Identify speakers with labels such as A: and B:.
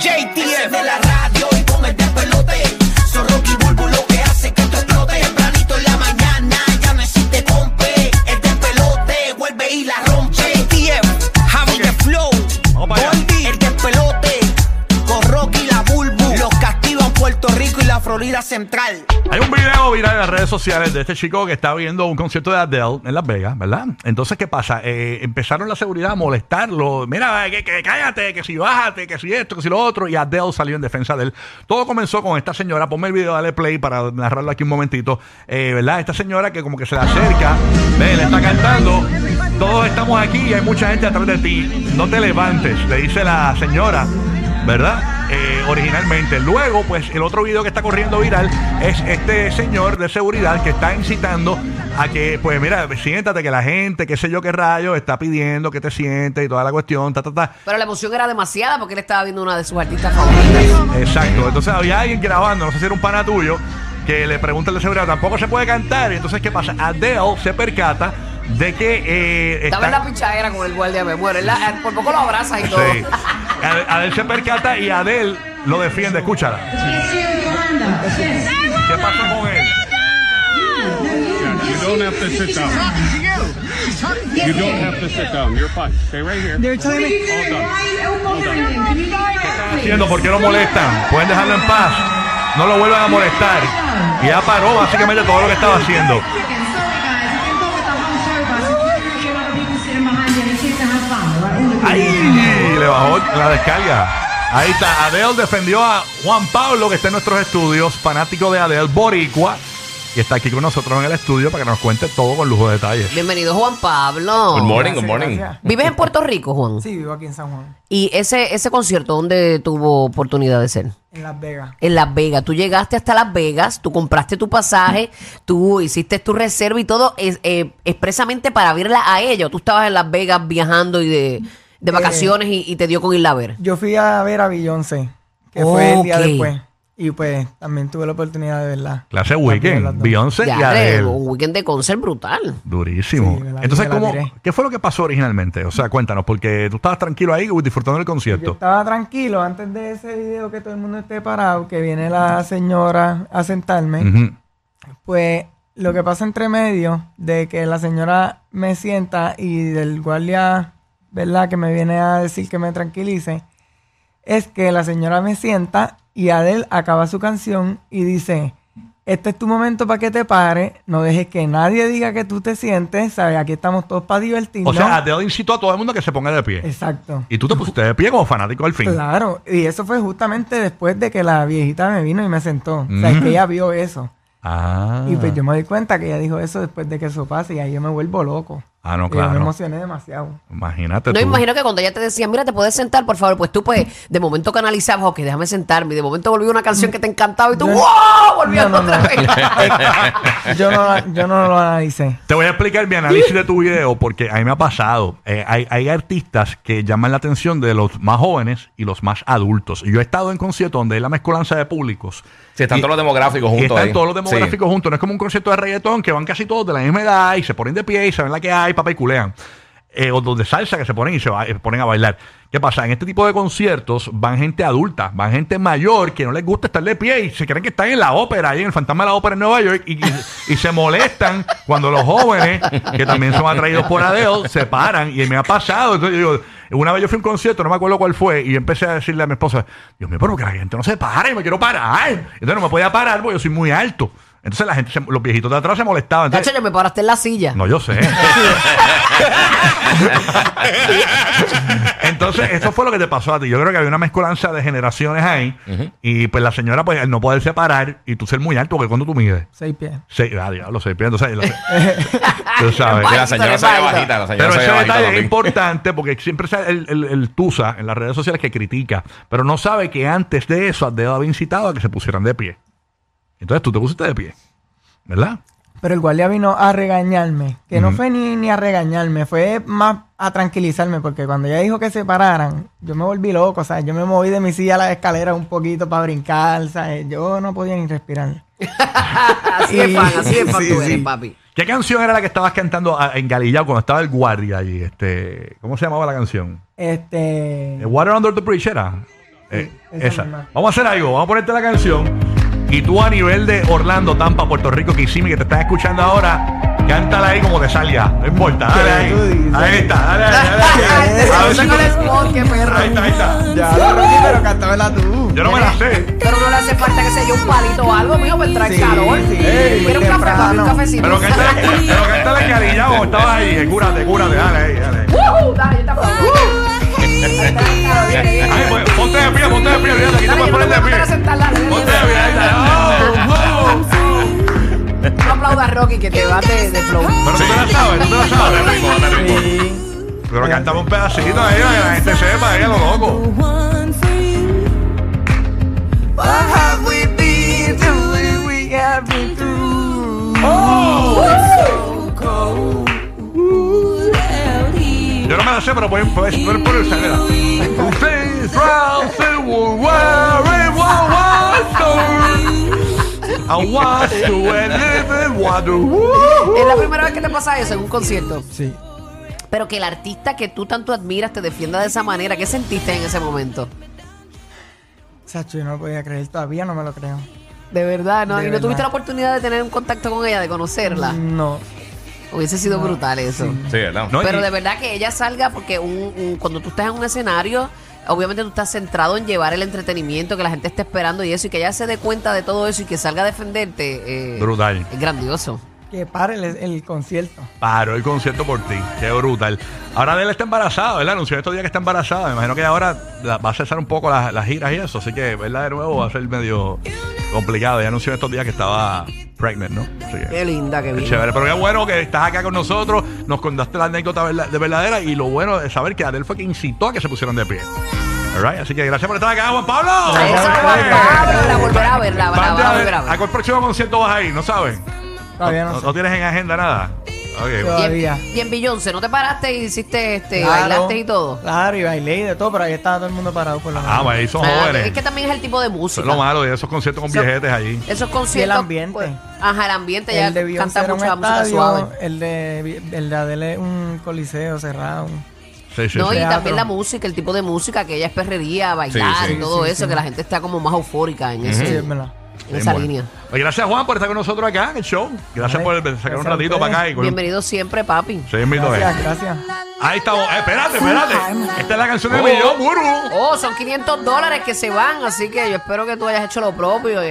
A: JT es de la radio y con el despelote. Son Rocky Bulbo lo que hace que esto explote. Tempranito en la mañana ya no existe compe. El despelote vuelve y la rompe. JTF, Javi de Flow,
B: Vamos para allá.
A: Goldie, el despelote. Con Rocky y la Bulbo. Los castigan Puerto Rico y la Florida Central.
B: Hay un video viral en las redes sociales de este chico que está viendo un concierto de Adele en Las Vegas, ¿verdad? Entonces, ¿qué pasa? Eh, empezaron la seguridad a molestarlo. Mira, que, que cállate, que si bájate, que si esto, que si lo otro. Y Adele salió en defensa de él. Todo comenzó con esta señora. Ponme el video, dale play para narrarlo aquí un momentito. Eh, ¿Verdad? Esta señora que como que se le acerca, ve, le está cantando. Todos estamos aquí y hay mucha gente atrás de ti. No te levantes, le dice la señora. ¿verdad? Eh, originalmente. Luego, pues el otro video que está corriendo viral es este señor de seguridad que está incitando a que, pues mira, siéntate que la gente, qué sé yo qué rayo, está pidiendo que te sientes y toda la cuestión, ta, ta, ta.
C: Pero la emoción era demasiada porque él estaba viendo una de sus artistas favoritas.
B: Exacto. Entonces había alguien grabando, no sé si era un pana tuyo, que le pregunta al de seguridad, tampoco se puede cantar. Y entonces, ¿qué pasa? Adele se percata de que eh,
C: Estaba en
B: está-
C: la pichadera con el guardia, me muero. Él la- eh, por poco lo abrazas y todo.
B: Sí. Adel- Adel se percata y Adel lo defiende. Escúchala. ¿Qué pasa con él?
D: You don't have to sit down. You don't have to sit down. You're fine. Stay right here.
E: They're telling me.
D: Hold on.
B: diciendo por qué lo molestan. Pues, Pueden dejarlo en paz. No lo vuelvan a molestar. Y ya paró básicamente todo lo que estaba haciendo. ¡Ay! Le bajó la descarga. Ahí está. Adele defendió a Juan Pablo, que está en nuestros estudios, fanático de Adele Boricua. Y está aquí con nosotros en el estudio para que nos cuente todo con lujo de detalles.
C: Bienvenido, Juan Pablo.
F: Good morning, good morning.
C: ¿Vives en Puerto Rico, Juan?
E: Sí, vivo aquí en San Juan,
C: ¿Y ese, ese concierto dónde tuvo oportunidad de ser?
E: en Las Vegas.
C: En Las Vegas. Tú llegaste hasta Las Vegas, tú compraste tu pasaje, tú hiciste tu reserva y todo es- eh, expresamente para verla a ella. ¿O Tú estabas en Las Vegas viajando y de, de vacaciones y, y te dio con irla a ver.
E: Yo fui a ver a Beyoncé, que fue el día
C: Ok.
E: después. Y pues también tuve la oportunidad de verla.
B: Clase
E: Las
B: Weekend,
E: primeras dos.
B: Beyoncé y
C: Ya, de-
B: Adele.
C: un weekend de concert brutal.
B: Durísimo.
E: Sí, me la-
B: Entonces,
E: me la
B: ¿cómo,
E: tiré.
B: ¿qué fue lo que pasó originalmente? O sea, cuéntanos, porque tú estabas tranquilo ahí disfrutando del
E: Yo
B: concierto.
E: estaba tranquilo antes de ese video que todo el mundo esté parado, que viene la señora a sentarme.
B: Ujú.
E: Pues lo que pasa entre medio de que la señora me sienta y del guardia, ¿verdad? Que me viene a decir que me tranquilice, es que la señora me sienta y Adel acaba su canción y dice, este es tu momento para que te pares, no dejes que nadie diga que tú te sientes, ¿sabes? Aquí estamos todos para divertirnos.
B: O sea, Adele incitó a todo el mundo a que se ponga de pie.
E: Exacto.
B: Y tú te pusiste de pie como fanático al fin.
E: Claro, y eso fue justamente después de que la viejita me vino y me sentó. O sea, es que ella vio eso.
B: Ah.
E: Y pues yo me doy cuenta que ella dijo eso después de que eso pase y ahí yo me vuelvo loco.
B: Ah, no,
E: Y
B: claro.
E: Yo me emocioné demasiado.
B: Imagínate
C: No
B: tú.
C: imagino que cuando ella te decía, mira, te puedes sentar, por favor, pues tú pues de momento canalizabas, ok, déjame sentarme, y de momento volvió una canción que te encantaba y tú,
E: Yo-
C: ¡wow! Volvió
E: No, no,
C: otra
E: no.
C: vez.
E: Yo no, yo no lo analicé.
B: Te voy a explicar mi análisis de tu video porque a mí me ha pasado. Eh, hay, hay artistas que llaman la atención de los más jóvenes y los más adultos. Y yo he estado en conciertos donde hay la mezcolanza de públicos.
F: Sí, están
B: Y-
F: todos los demográficos
B: Y
F: juntos
B: están
F: ahí.
B: todos los
F: Sí.
B: demográficos juntos. No es como un concierto de reggaetón que van casi todos de la misma edad y se ponen de pie y saben la que hay, papá, y culean. Eh, o donde salsa que se ponen y se ba- eh, ponen a bailar. ¿Qué pasa? En este tipo de conciertos van gente adulta, van gente mayor que no les gusta estar de pie y se creen que están en la ópera, ahí en el fantasma de la ópera en Nueva York y, y- y se molestan cuando los jóvenes, que también son atraídos por Adele, se paran y me ha pasado. Entonces yo digo, una vez yo fui a un concierto, no me acuerdo cuál fue, y yo empecé a decirle a mi esposa, Dios mío, pero que la gente no se pare, me quiero parar. Entonces no me podía parar porque yo soy muy alto. Entonces la gente, se- los viejitos de atrás se molestaban.
C: Chacho,
B: Entonces,
C: yo me paraste en la silla.
B: no, yo sé. Entonces, eso fue lo que te pasó a ti. Yo creo que había una mezcolanza de generaciones ahí. Y pues la señora, pues, al no poder separar y tú ser muy alto, porque cuando tú mides.
E: Seis pies.
B: Sí, ah, diablo, seis pies. Entonces, la- tú sabes.
F: Que la señora se ve
C: Bajito.
F: bajita, la señora
B: Pero
F: se ve
B: ese
F: bajita.
B: detalle es
F: papi.
B: importante porque siempre sale el, el, el Tusa en las redes sociales que critica, pero no sabe que antes de eso Adeo había incitado a que se pusieran de pie. Entonces tú te pusiste de pie, ¿verdad?
E: Pero el guardia vino a regañarme, que no fue ni, ni a regañarme, fue más a tranquilizarme, porque cuando ella dijo que se pararan, yo me volví loco, sea, Yo me moví de mi silla a la escalera un poquito para brincar, ¿sabes? Yo no podía ni respirar.
C: Así es, fan, así es, fan
E: Sí,
C: tú eres,
E: sí.
C: papi.
B: ¿Qué canción era la que estabas cantando a- en Galillao cuando estaba el guardia allí? Este, ¿Cómo se llamaba la canción?
E: Este...
B: Eh, Water Under the Bridge era. Eh,
E: esa
B: esa.
E: misma.
B: Vamos a hacer algo, vamos a ponerte la canción. Y tú a nivel de Orlando, Tampa, Puerto Rico, Kissimmee, que te estás escuchando ahora, cántala ahí como te salga. No importa, dale ahí.
E: tú dices.
B: Ahí está, dale ahí, dale ahí.
C: Ay,
B: A ver
C: se
B: si-
C: me sacó el spot, qué perro.
B: Ahí está, ahí está.
E: Ya, Rocky, pero cantábela tú.
B: Yo no me la sé,
C: Pero no le hace falta que se yo un palito o algo, mijo, para entrar en
E: Sí,
C: calor.
E: sí,
C: Quiero
E: muy
C: un café,
E: temprano.
C: papi, un cafecito.
B: pero cántala, pero cántala carillado, estabas ahí. Eh, Cúrate, cúrate, dale ahí, dale ahí.
C: ¡Woohoo! Dale, yo te aplaudo. Ahí está, claro, viene, viene.
B: Ay, pues, ponte de pie, ponte de pie, olvídate, aquí te puedes
C: Dale, yo no
B: poner
C: me
B: de
C: voy
B: pie.
C: a poner a sentar, dale, dale,
B: Ponte de
C: dale.
B: pie, ahí está. Oh, oh.
C: No aplaudas a Rocky que te bate de flow.
B: Pero tú te la sabes, tú te la sabes.
F: Dale ritmo, dale ritmo.
E: Sí.
B: Pero cantamos un pedacito ahí, para que la gente sepa, ahí a lo loco.
F: One for you. Without
B: Yo
F: you.
B: no me la sé, pero pueden poder improvisar, mira. Things round the world, where it was, so I want to live in water.
C: Es la primera vez que te pasa eso en un concierto.
E: Sí.
C: Pero que el artista que tú tanto admiras te defienda de esa manera, ¿qué sentiste en ese momento?
E: Sacho, yo no lo podía creer, todavía no me lo creo.
C: De verdad, ¿no?
E: De
C: y no
E: verdad.
C: tuviste la oportunidad de tener un contacto con ella, de conocerla.
E: No.
C: Hubiese sido brutal eso.
F: Sí, ¿verdad?
B: No,
C: Pero
B: y-
C: de verdad que ella salga porque un- un- cuando tú estás en un escenario, obviamente tú estás centrado en llevar el entretenimiento, que la gente esté esperando y eso, y que ella se dé cuenta de todo eso y que salga a defenderte. eh,
B: Brutal.
C: Es grandioso.
E: Que pare el, el concierto.
B: Paró el concierto por ti. Qué brutal. Ahora Adele está embarazada, ¿verdad? Anunció estos días que está embarazada. Me imagino que ahora la- va a cesar un poco las las giras y eso. Así que verla de nuevo va a ser medio complicado. Ella anunció estos días que estaba pregnant, ¿no? Así que-
C: Qué linda que
B: Qué
C: viene.
B: Chévere, pero qué bueno que estás acá con nosotros. Nos contaste la anécdota verla- de verdadera y lo bueno es saber que Adel fue que incitó a que se pusieran de pie. All right, Así que gracias por estar acá, Juan Pablo.
C: Eso, Juan Pablo, la volverá a ver, la- la
B: Parte
C: va a
B: de-
C: volver a ver.
B: ¿A cuál próximo concierto vas a ir? ¿No saben?
E: Todavía
B: ¿No,
E: no
B: no
E: sé.
B: tienes en agenda nada? Ok.
E: Yo- todavía.
C: Y en Beyoncé, ¿no te paraste y hiciste este,
E: Claro.
C: bailaste y todo?
E: Claro, y bailé y de todo, pero ahí estaba todo el mundo parado por la
B: Ah,
E: mano.
B: pues ahí son
C: Ah,
B: jóvenes.
C: es que también es el tipo de
B: Eso
C: música.
B: es lo malo de esos conciertos con
C: Eso-
B: viejetes ahí.
C: Esos conciertos.
E: ambiente.
C: pues, ajá, el ambiente ya
E: el de Beyoncé
C: canta
E: era
C: mucho
E: un
C: la música
E: estadio,
C: suave.
E: el de, el de Adele es un coliseo cerrado.
B: Sí, sí,
C: no,
B: sí.
C: y
E: Teatro.
C: también la música, el tipo de música que ella es perrería, bailar
F: Sí, sí.
C: y todo
E: Sí, sí,
C: eso,
E: sí.
C: que la gente está como más eufórica en,
E: Sí,
C: ese-
E: es verdad.
C: en
B: Bien
C: esa
B: bueno.
C: línea.
B: Oye, gracias Juan por estar con nosotros acá en el show. Gracias
E: Ay,
B: por sacar un
E: gracias a
B: ratito para acá. Y con...
C: Bienvenido siempre, papi.
B: Sí, mi novia.
E: Gracias, gracias.
B: Ahí estamos. Eh, espérate, espérate. Esta es la canción del
F: Oh.
B: video, Buru.
C: Oh, son 500 dólares que se van, así que yo espero que tú hayas hecho lo propio.